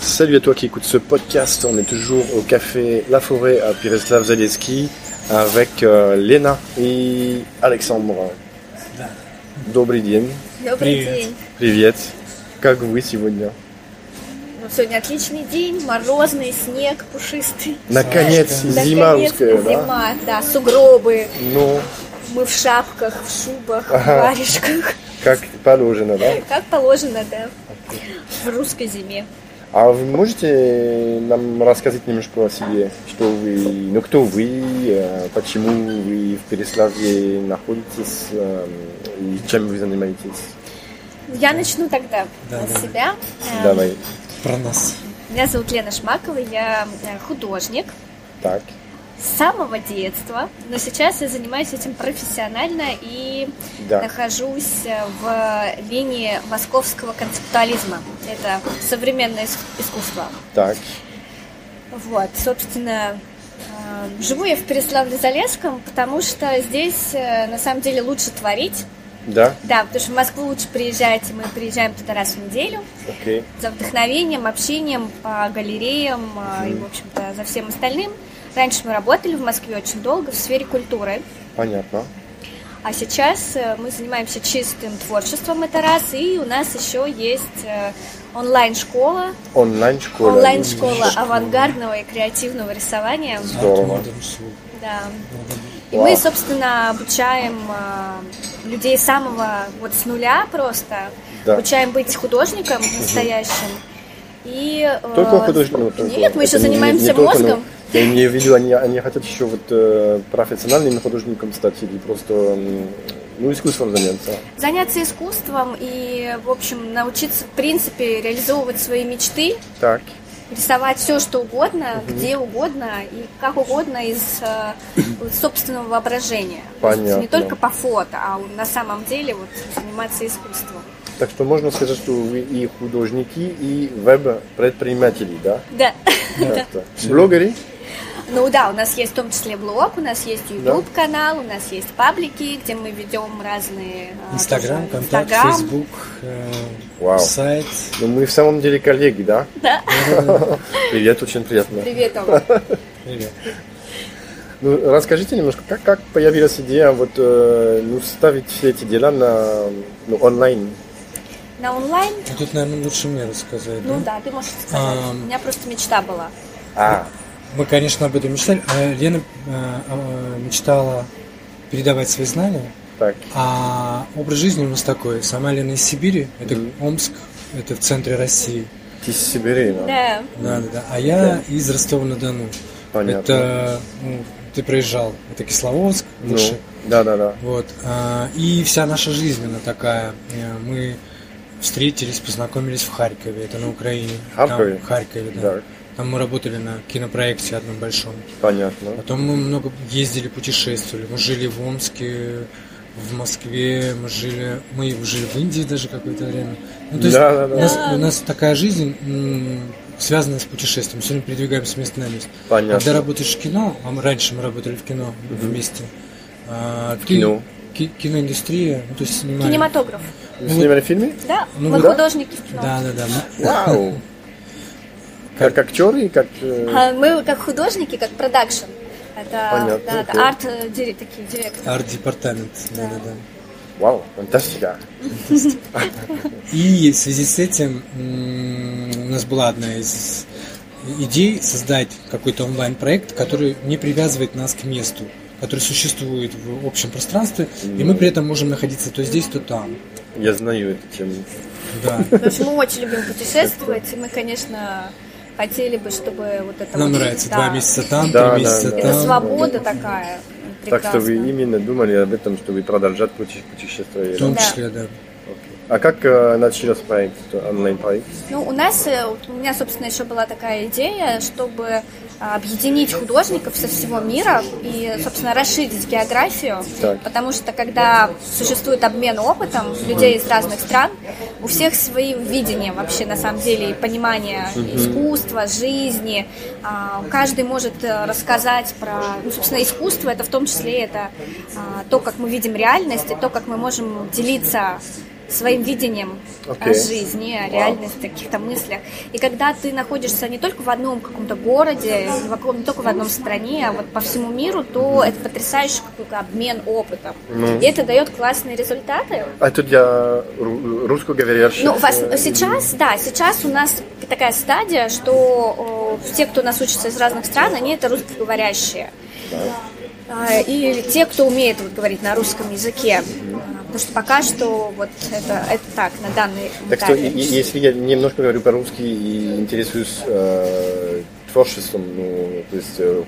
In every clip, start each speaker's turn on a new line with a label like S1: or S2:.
S1: Salut à toi qui écoute ce podcast. On est toujours au café La Forêt à Pireslav Zaleski avec euh, Lena et Alexandre. Добрый день.
S2: Добрый
S3: Привет.
S2: день.
S1: Привет. Как вы сегодня?
S2: Ну, сегодня отличный день, морозный, снег пушистый.
S1: Наконец, зима
S2: Наконец-то
S1: русская, да?
S2: Зима, да, сугробы.
S1: Ну,
S2: Мы в шапках, в шубах,
S1: Ага.
S2: в варежках.
S1: как положено, да?
S2: Как положено, да. В русской зиме.
S1: А вы можете нам рассказать немножко о себе? Что вы, ну кто вы, э, почему вы в Переславле находитесь э, и чем вы занимаетесь?
S2: Я начну тогда
S3: Да,
S2: с
S3: да.
S2: себя. Э,
S1: Давай.
S3: Про нас.
S2: Меня зовут Лена Шмакова, я э, художник
S1: Так.
S2: с самого детства, но сейчас я занимаюсь этим профессионально и
S1: Да.
S2: нахожусь э, в линии московского концептуализма. Это современное иск- искусство.
S1: Так.
S2: Вот, собственно, э, живу я в Переславле-Залесском, потому что здесь э, на самом деле лучше творить.
S1: Да.
S2: Да, потому что в Москву лучше приезжать, и мы приезжаем туда раз в неделю
S1: Окей.
S2: за вдохновением, общением по галереям э, и, в общем-то, за всем остальным. Раньше мы работали в Москве очень долго в сфере культуры.
S1: Понятно.
S2: А сейчас э, мы занимаемся чистым творчеством, это раз, и у нас еще есть э, онлайн-школа,
S1: Онлайн школа.
S2: онлайн-школа авангардного и креативного рисования.
S1: Здорово.
S3: Art Modern Soul.
S2: Да. И
S1: Вау.
S2: мы, собственно, обучаем э, людей самого вот с нуля просто,
S1: Да.
S2: обучаем быть художником настоящим. И, э,
S1: Только художник. ну, только-
S2: Нет, мы еще
S1: это не- не
S2: занимаемся
S1: только,
S2: мозгом.
S1: но Я имею в виду, они, они хотят еще вот э, профессиональным художником стать или просто м, ну, искусством заняться.
S2: Заняться искусством и, в общем, научиться, в принципе, реализовывать свои мечты,
S1: Так.
S2: рисовать все, что угодно, где угодно и как угодно из э, вот собственного воображения. То есть
S1: Понятно.
S2: Не только по фото, а на самом деле вот заниматься искусством.
S1: Так что можно сказать, что вы и художники, и веб-предприниматели, да?
S2: Да.
S1: Как-то. Блогеры?
S2: Ну да, у нас есть в том числе блог, у нас есть YouTube канал, у нас есть паблики, где мы ведем разные а,
S3: Инстаграм,
S2: тоже
S3: контакт,
S2: Инстаграм.
S3: Фейсбук, э,
S1: Вау.
S3: сайт.
S1: Ну, мы в самом деле коллеги, да?
S2: Да.
S1: Привет, очень приятно.
S2: Привет, Ома.
S3: Привет.
S1: Ну, расскажите немножко, как, как появилась идея вот, э, ну, ставить все эти дела на ну, онлайн?
S2: На онлайн?
S3: Ну, Тут, наверное, лучше мне рассказать.
S2: Ну
S3: да?
S2: да, ты можешь сказать.
S3: Ам.
S2: У меня просто мечта была.
S1: А,
S3: Мы, конечно, об этом мечтали. Э, Лена э, э, мечтала передавать свои знания,
S1: так,
S3: а образ жизни у нас такой. Сама Лена из Сибири, это Омск, это в центре России.
S1: ты из Сибири, да?
S2: Да.
S3: Да, да, да. А я из Ростова-на-Дону.
S1: Понятно.
S3: Это, ну, ты проезжал, это Кисловодск,
S1: Ну,
S3: выше.
S1: да, да, да.
S3: Вот. а, И вся наша жизнь, она такая. Э, Мы встретились, познакомились в Харькове, это на Украине. Там-
S1: Харькове?
S3: в Харькове, да.
S1: Да.
S3: Там мы работали на кинопроекте одном большом.
S1: Понятно.
S3: Потом мы много ездили, путешествовали. Мы жили в Омске, в Москве, мы жили, мы жили в Индии даже какое-то время. Ну, то есть
S1: Да, да, да.
S3: У, нас, у нас такая жизнь м, связана с путешествием. Все время передвигаемся с места на место.
S1: Понятно.
S3: Когда работаешь в кино, а мы раньше мы работали в кино вместе. а, ты-
S1: кино.
S3: ки- киноиндустрия, ну, то есть снимали.
S2: Кинематограф.
S1: Вы снимали фильмы?
S2: Да,
S3: Ну
S2: мы
S3: да.
S2: художники в кино.
S3: Да, да, да. мы-
S1: Вау! Как актеры, как... э,
S2: А Мы как художники, как продакшн. Это
S1: Понятно,
S2: да,
S1: окей.
S2: да, арт э, дире- такие директоры.
S3: Арт-департамент. Да, да, да.
S1: Вау, фантастика.
S3: И в связи с этим м, у нас была одна из идей создать какой-то онлайн-проект, который не привязывает нас к месту, который существует в общем пространстве, и мы при этом можем находиться то здесь, то там.
S1: Я знаю эту тему.
S3: Да.
S2: Потому что мы очень любим путешествовать, и мы, конечно, хотели бы, чтобы вот это
S3: Нам
S2: вот-
S3: нравится
S2: да.
S3: два месяца там,
S1: Да, да,
S3: три месяца
S1: да.
S2: Это
S3: там.
S2: свобода такая.
S1: Так что вы
S2: прекрасная.
S1: именно думали об этом, чтобы продолжать пути- путешествие.
S3: В том
S2: Да.
S3: числе, да.
S1: А как э, начался проект, э, онлайн-проект?
S2: Ну, у нас, э, у меня, собственно, еще была такая идея, чтобы а, объединить художников со всего мира и, собственно, расширить географию,
S1: Так.
S2: потому что когда существует обмен опытом людей из разных стран, у всех свои видения вообще на самом деле и понимание искусства, жизни. А, Каждый может э, рассказать про, ну, собственно, искусство. Это в том числе это а, то, как мы видим реальность и то, как мы можем делиться своим видением
S1: Окей.
S2: о жизни, о
S1: Вау.
S2: реальности, о каких-то мыслях. И когда ты находишься не только в одном каком-то городе, в каком- не только в одном стране, а вот по всему миру, то это потрясающий какой-то обмен опытом.
S1: Ну.
S2: И это дает классные результаты.
S1: А тут я ру- русскоговорящий. Э,
S2: Ну, вас- сейчас, да, сейчас у нас такая стадия, что э, те, кто у нас учится из разных стран, они это русскоговорящие. А, И те, кто умеет вот, говорить на русском языке. А, Потому что пока что вот это, это так, на данный
S1: Так что, и- и- если я немножко говорю по-русски и интересуюсь э, творчеством, ну, то есть э,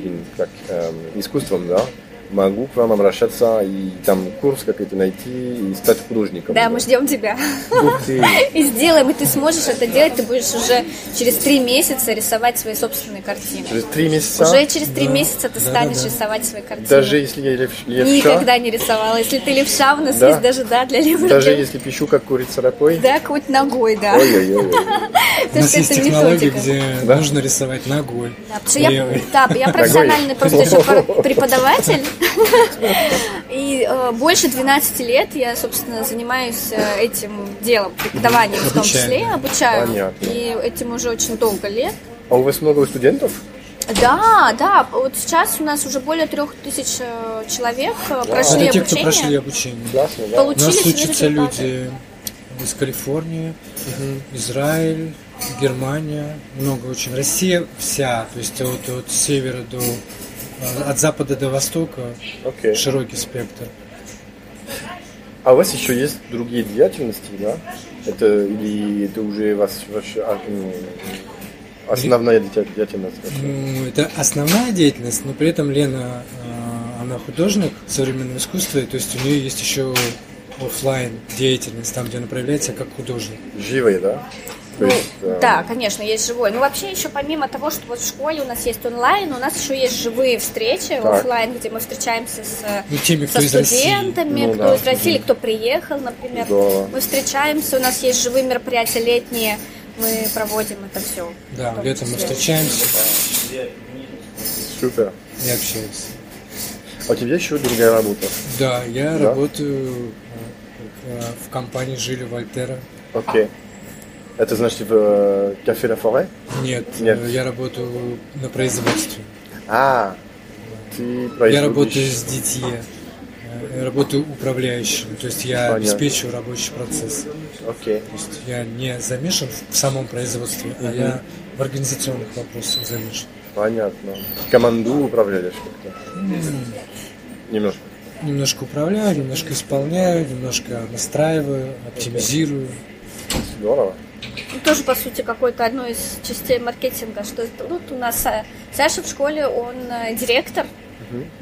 S1: блин, как, э, искусством, да, могу к вам обращаться и там курс какой-то найти и стать художником.
S2: Да, мы ждем тебя.
S1: Ух ты.
S2: И сделаем, и ты сможешь это делать, ты будешь уже через три месяца рисовать свои собственные картины.
S1: Через три месяца,
S2: Уже через три
S3: Да.
S2: месяца ты
S3: Да, да,
S2: станешь
S3: да.
S2: рисовать свои картины.
S1: даже если я лев- левша,
S2: Никогда не рисовала. Если ты левша, у нас
S1: Да.
S2: есть даже да для левых.
S1: даже
S2: руки.
S1: если пишу как курица ракой,
S2: Да, хоть ногой, да.
S1: ой-ой-ой,
S3: У
S2: Потому
S3: нас
S2: что
S3: есть
S2: это
S3: технологии,
S2: методика.
S3: где
S1: Да.
S3: нужно рисовать ногой.
S2: Да, потому что я,
S3: Левый.
S2: да, я профессиональный просто еще пар- преподаватель. И э, больше 12 лет я, собственно, занимаюсь э, этим делом, преподаванием в том
S3: Обучаем.
S2: числе, обучаю.
S1: Понятно.
S2: И этим уже очень долго лет.
S1: а у вас много студентов?
S2: Да, да, вот сейчас у нас уже более трех тысяч э, человек э,
S3: Это
S2: прошли
S3: те, кто прошли
S2: обучение.
S3: обучение.
S1: Классно, да?
S2: Получ-
S3: У нас
S2: Учились,
S3: учатся
S2: результаты.
S3: люди из Калифорнии, Израиль, Германия, много очень. Россия вся, то есть от, от севера до э, от запада до востока
S1: Окей.
S3: широкий спектр.
S1: А у вас еще есть другие деятельности, да? Это или это уже вас ваша а, м, основная дея- деятельность? ваша?
S3: Ну, это основная деятельность, но при этом Лена, э, она художник современного искусства, и то есть у нее есть еще оффлайн деятельность, там, где она проявляется как художник.
S1: Живая, да? То
S2: Ну,
S1: есть, э,
S2: да, конечно, есть живой. Но вообще еще помимо того, что вот в школе у нас есть онлайн, у нас еще есть живые встречи оффлайн, где мы встречаемся с э,
S3: Ну, теми, кто
S2: со
S3: из России.
S2: студентами,
S1: Ну
S2: кто
S1: да.
S2: из России, или кто приехал, например.
S1: Здорово.
S2: Мы встречаемся, у нас есть живые мероприятия летние, мы проводим это все.
S3: Да, летом мы встречаемся
S1: Супер.
S3: и общаемся.
S1: А у тебя еще другая работа?
S3: Да, я
S1: Да?
S3: работаю э, э, в компании Жили Вольтера.
S1: Окей. Это значит в э, кафе Ла Форе?
S3: Нет,
S1: Нет.
S3: э, я работаю на производстве.
S1: А, ты
S3: Я
S1: производишь-
S3: работаю с детьми. Э, Я работаю управляющим, то есть я
S1: Понятно.
S3: обеспечиваю рабочий процесс. То
S1: Окей.
S3: есть я не замешан в самом производстве, а я в организационных вопросах замешан.
S1: Понятно. Команду управляешь как-то? Немножко.
S3: Немножко управляю, немножко исполняю, немножко настраиваю, оптимизирую.
S1: Здорово.
S2: Ну, тоже, по сути, какой-то одной из частей маркетинга, что это, ну, вот у нас э, Саша в школе, он э, директор,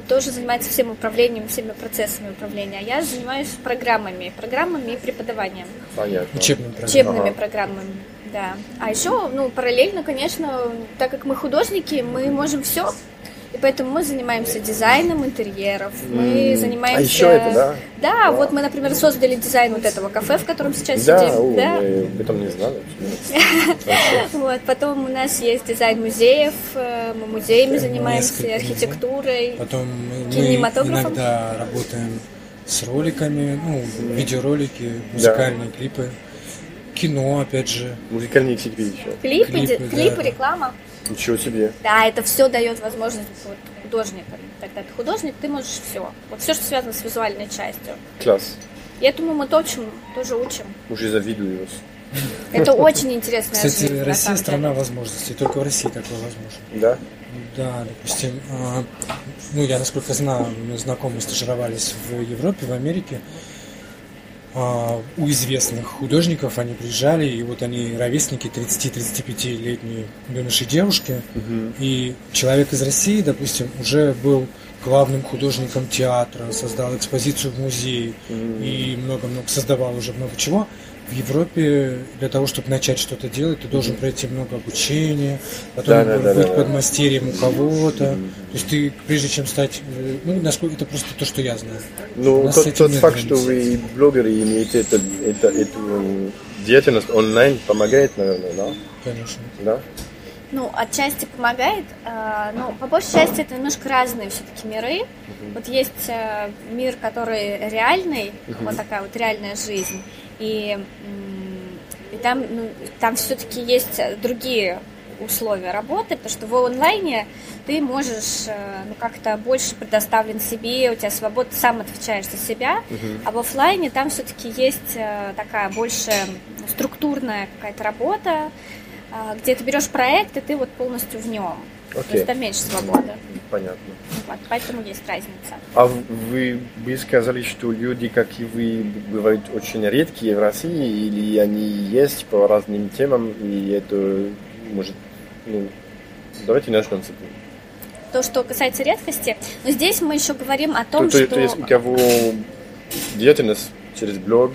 S2: тоже занимается всем управлением, всеми процессами управления, а я занимаюсь программами, программами и преподаванием.
S1: Понятно.
S3: Учебную программу.
S2: учебными
S1: Ага.
S2: программами. Да. А еще, ну, параллельно, конечно, так как мы художники, мы можем все. И поэтому мы занимаемся дизайном интерьеров, мы
S1: М,
S2: занимаемся...
S1: а еще это, да?
S2: Да, вот мы, например, создали дизайн вот этого кафе, в котором сейчас
S1: Да,
S2: сидим.
S1: о,
S2: да?
S1: я об этом не знал. вообще.
S2: Вот, потом у нас есть дизайн музеев, э, мы музеями занимаемся,
S3: несколько музеев.
S2: архитектурой.
S3: Потом мы
S2: Кинематографом?
S3: иногда работаем с роликами, ну, видеоролики, музыкальные клипы, кино, опять же.
S1: Музыкальные клипы еще.
S2: Клипы, ди-
S3: Клипы, да.
S2: клипы, реклама.
S1: Ничего себе.
S2: Да, это все дает возможность вот, художника. Когда ты художник, ты можешь все. Вот все, что связано с визуальной частью.
S1: Класс.
S2: Я думаю, мы точим, тоже учим.
S1: Уже завидую вас.
S2: Это очень интересная
S3: Кстати,
S2: жизнь, на
S3: Россия
S2: самом
S3: страна
S2: деле.
S3: возможностей, только в России такое возможно. Ну
S1: Да?
S3: Да, допустим, а, ну я насколько знаю, у меня знакомые стажировались в Европе, в Америке. А, У известных художников они приезжали, и вот они ровесники 30-35-летние юноши и девушки. И человек из России, допустим, уже был главным художником театра, создал экспозицию в музее и много-много создавал уже много чего. В Европе для того, чтобы начать что-то делать, ты должен пройти много обучения, потом
S1: Да-да-да-да-да.
S3: быть подмастерьем у кого-то. То есть ты, прежде чем стать, э, ну, насколько это просто то, что я знаю. У
S1: Ну,
S3: нас с
S1: тот,
S3: этим
S1: тот
S3: нет
S1: факт, что
S3: границ.
S1: вы блогеры и имеете это, это, эту м, деятельность онлайн, помогает, наверное, да?
S3: Конечно.
S1: Да?
S2: Ну, отчасти помогает, а, но по большей части это немножко разные все-таки миры. Вот есть э, мир, который реальный, вот такая вот реальная жизнь, И, м, и там, ну, там все-таки есть другие условия работы, потому что в онлайне ты можешь э, ну, как-то больше предоставлен себе, у тебя свобода, ты сам отвечаешь за себя, а в офлайне там все-таки есть э, такая больше структурная какая-то работа, э, где ты берешь проект, и ты вот полностью в нем. То
S1: Окей.
S2: есть там меньше свободы.
S1: Понятно.
S2: Вот, поэтому есть разница.
S1: А вы, вы сказали, что люди, как и вы, бывают очень редкие в России, или они есть по разным темам, и это может... Ну, давайте начнем с этого.
S2: То, что касается редкости, но здесь мы еще говорим о том,
S1: то, то-
S2: что...
S1: то есть у кого деятельность через блог,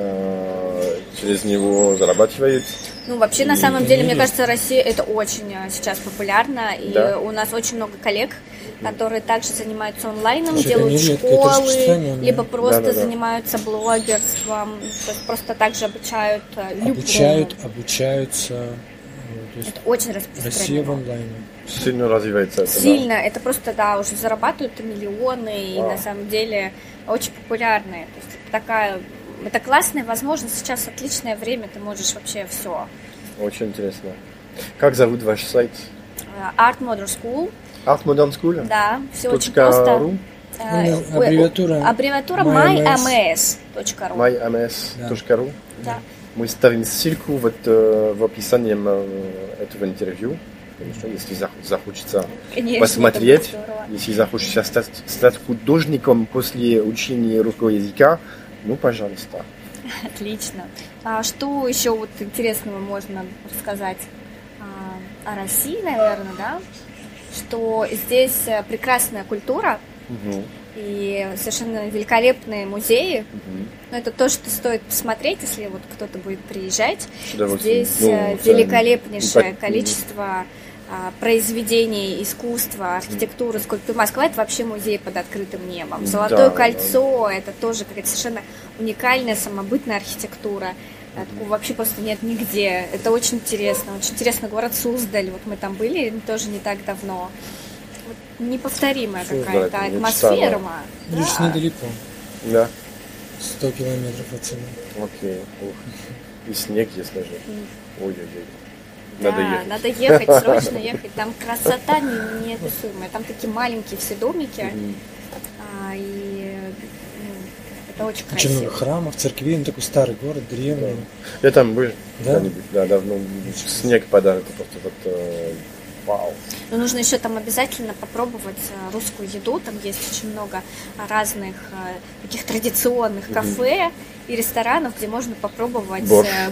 S1: э, через него зарабатывает.
S2: Ну, вообще, на самом деле, мне
S3: Мгм.
S2: кажется, Россия это очень э, сейчас популярно, и
S1: Да.
S2: у нас очень много коллег, которые также занимаются онлайном,
S3: Слушай, это
S2: делают
S3: не редко, это
S2: школы,
S3: распространенно.
S2: либо просто
S1: Да-да-да.
S2: занимаются блогерством, то есть просто также обучают э, любому.
S3: Обучают, обучаются. э, То есть
S2: Это очень
S3: Россия в
S2: распространено.
S3: онлайне.
S1: Сильно развивается это, да.
S2: Сильно, это просто, да, уже зарабатывают миллионы, и
S1: А.
S2: на самом деле очень популярные. То есть это такая, это классная возможность, сейчас отличное время, ты можешь вообще все.
S1: Очень интересно. Как зовут ваш сайт?
S2: А, Art Modern School,
S1: Art Modern School?
S2: да, все очень
S1: Точка
S2: просто.
S1: .ru?
S2: Э,
S3: Ну,
S2: ой,
S3: аббревиатура
S2: Аббревиатура
S3: myms.
S2: myms.ru.
S1: myms.ru.
S2: Да.
S1: Мы ставим ссылку вот, э, в описании э, этого интервью. Потому что если зах- захочется
S2: Конечно,
S1: посмотреть,
S2: это будет здорово.
S1: если захочется стать, стать художником после учения русского языка, ну, пожалуйста.
S2: Отлично. А что еще вот интересного можно рассказать а, о России, наверное, да? Что здесь э, прекрасная культура и совершенно великолепные музеи.
S1: Мгм.
S2: Но это то, что стоит посмотреть, если вот кто-то будет приезжать.
S1: С удовольствием.
S2: Здесь
S1: Ну,
S2: э,
S1: это
S2: великолепнейшее
S1: не-
S2: количество а, произведений искусства, архитектуры, скульптуры. Москва это вообще музей под открытым небом.
S1: Да,
S2: Золотое
S1: да.
S2: кольцо это тоже какая-то совершенно уникальная самобытная архитектура. А, Такого вообще просто нет нигде. Это очень интересно. Очень интересный город Суздаль. Вот мы там были тоже не так давно. Вот неповторимая
S1: Суздаль,
S2: какая-то
S1: это
S2: атмосфера.
S1: мечта,
S2: Да.
S3: Лишь недалеко.
S1: Да,
S3: 100 километров отсюда.
S1: окей. Ух. И снег, если же.
S2: М.
S1: Ой-ой-ой.
S2: Да,
S1: Надо ехать.
S2: надо ехать, срочно ехать. Там красота не- неописуемая. Там такие маленькие все домики.
S1: Мгм.
S2: А, и ну, это очень
S3: Очень много
S2: красиво.
S3: храмов, церквей. Ну, такой старый город, древний.
S1: Я там был
S3: Да?
S1: когда-нибудь, да, давно. Снег падал, это просто вот... э, вау.
S2: Но нужно еще там обязательно попробовать э, русскую еду. Там есть очень много э, разных э, таких традиционных кафе и ресторанов, где можно попробовать...
S1: Борщ.
S2: э,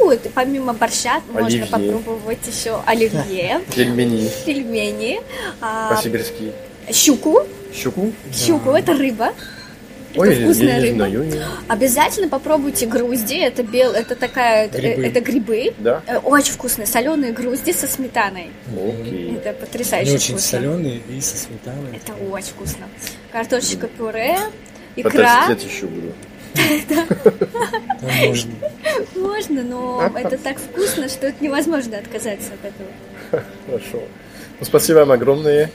S2: Ну, это помимо борща можно
S1: Оливье.
S2: попробовать еще оливье,
S1: Пельмени
S2: пельмени, а,
S1: по-сибирски.
S2: щуку.
S1: Щуку?
S2: Щуку – это рыба. Это
S1: Ой, я
S2: вкусная
S1: не
S2: рыба.
S1: знаю. я-
S2: Обязательно попробуйте грузди. Это бел, это такая, э,
S3: Грибы.
S2: это грибы.
S1: Да?
S2: Э, Очень вкусные соленые грузди со сметаной.
S1: Окей.
S2: Это
S3: Они
S2: потрясающе
S3: очень
S2: вкусно.
S3: соленые и со сметаной.
S2: Это очень вкусно. Картошечка пюре,
S1: Подожди, я
S2: икра.
S1: тещу буду.
S3: Там можно.
S2: Можно, но это так вкусно, что это невозможно отказаться от этого.
S1: Хорошо. Ну, спасибо вам огромное.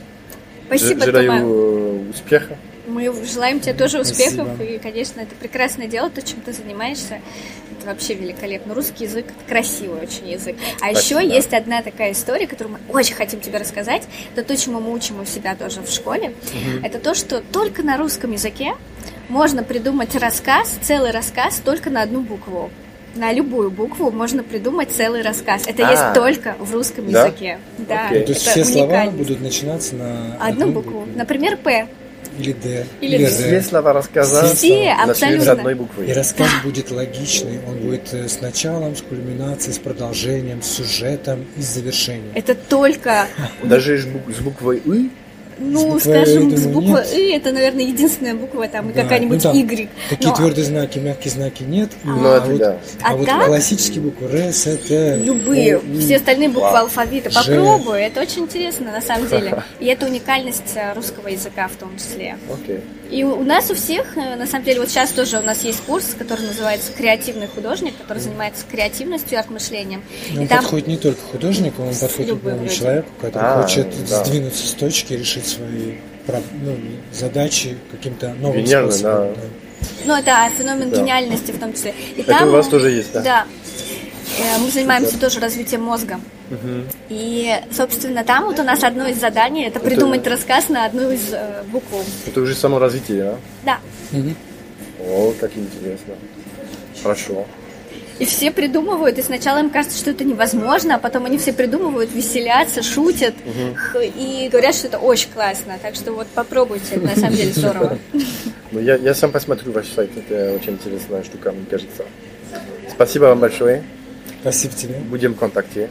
S2: Спасибо,
S1: Ж- Желаю
S2: Тома.
S1: э, успеха.
S2: Мы желаем тебе тоже успехов.
S3: Спасибо.
S2: И, конечно, это прекрасное дело, то, чем ты занимаешься. Это вообще великолепно. Русский язык это красивый очень язык. А
S1: Спасибо.
S2: еще есть одна такая история, которую мы очень хотим тебе рассказать. Это то, чему мы учим у себя тоже в школе. Это то, что только на русском языке можно придумать рассказ, целый рассказ только на одну букву. На любую букву можно придумать целый рассказ. Это
S1: А.
S2: есть только в русском
S1: Да?
S2: языке. Да,
S1: Окей.
S3: Ну, то есть
S2: это
S3: все слова
S2: уникальность.
S3: будут начинаться на
S2: Одну букву. Например, П.
S3: Или Д.
S2: Или
S3: Или
S2: «Д».
S1: Все
S3: Р.
S1: слова рассказать. Начнем
S2: Все,
S1: с
S2: абсолютно.
S1: одной
S3: И
S1: буквы.
S3: рассказ будет логичный. Он будет э, с началом, с кульминацией, с продолжением, с сюжетом и с завершением.
S2: Это только,
S1: Даже ж бук- с буквой «ы»
S2: ну,
S3: буквой «Э»,
S2: скажем,
S3: я
S2: с
S3: думаю,
S2: буквы
S3: нет.
S2: «и» это, наверное, единственная буква там и
S3: Да,
S2: какая-нибудь
S3: ну, там
S2: «y».
S3: Такие
S2: Но
S3: твердые знаки, мягкие знаки нет. И-
S1: Ну, это
S3: вот,
S1: да.
S3: а
S2: А
S3: вот
S2: так-
S3: классические буквы Р, С, Т.
S2: Любые,
S3: О, У.
S2: все остальные буквы алфавита.
S3: Ж.
S2: Попробуй, это очень интересно на самом деле. И это уникальность э, русского языка в том числе.
S1: Окей.
S2: И у у нас у всех, э, на самом деле, вот сейчас тоже у нас есть курс, который называется «Креативный художник», который занимается креативностью и арт-мышлением. И
S3: Он
S2: там
S3: подходит не только художнику, он подходит
S2: любым
S3: любому
S2: людям.
S3: человеку, который
S1: А,
S3: хочет
S1: да.
S3: сдвинуться с точки, решить свои про- ну, задачи каким-то новым
S1: Гениально,
S3: способом.
S1: да.
S3: да.
S2: Ну, это феномен
S1: Да.
S2: гениальности в том числе. И
S1: Это у вас тоже есть, да?
S2: Да. Э, Мы занимаемся тоже развитием мозга. И, собственно, там вот у нас одно из заданий это придумать рассказ на одну из э, букв.
S1: Это уже само развитие, да?
S2: Да.
S1: О, как интересно. Хорошо.
S2: И все придумывают, и сначала им кажется, что это невозможно, а потом они все придумывают, веселятся, шутят х- и говорят, что это очень классно. Так что вот попробуйте, на самом деле здорово.
S1: Ну, я, я сам посмотрю ваш сайт, это очень интересная штука, мне кажется. Спасибо вам большое.
S3: Спасибо тебе.
S1: Будем в контакте.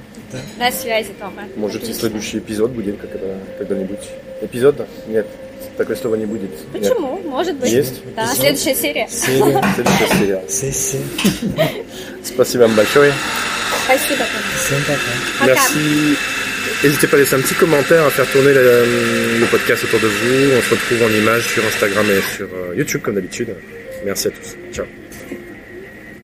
S2: На связи, Тома.
S1: Может, и
S2: Отлично.
S1: следующий эпизод будет когда- когда-нибудь. Эпизода? Нет, такое слова не будет. Нет.
S2: Почему? Может быть.
S1: Есть?
S2: Да,
S1: Есть.
S2: следующая серия.
S3: Серия.
S1: Следующая серия.
S3: Сессия.
S1: Спасибо вам большое.
S2: Спасибо, Тома.
S3: Всем пока.
S2: Пока.
S1: Merci. N'hésitez pas à laisser un petit commentaire, à faire tourner le, le podcast autour de vous. On se retrouve en images sur Instagram et sur euh, YouTube comme d'habitude. Merci à tous. Ciao.
S2: И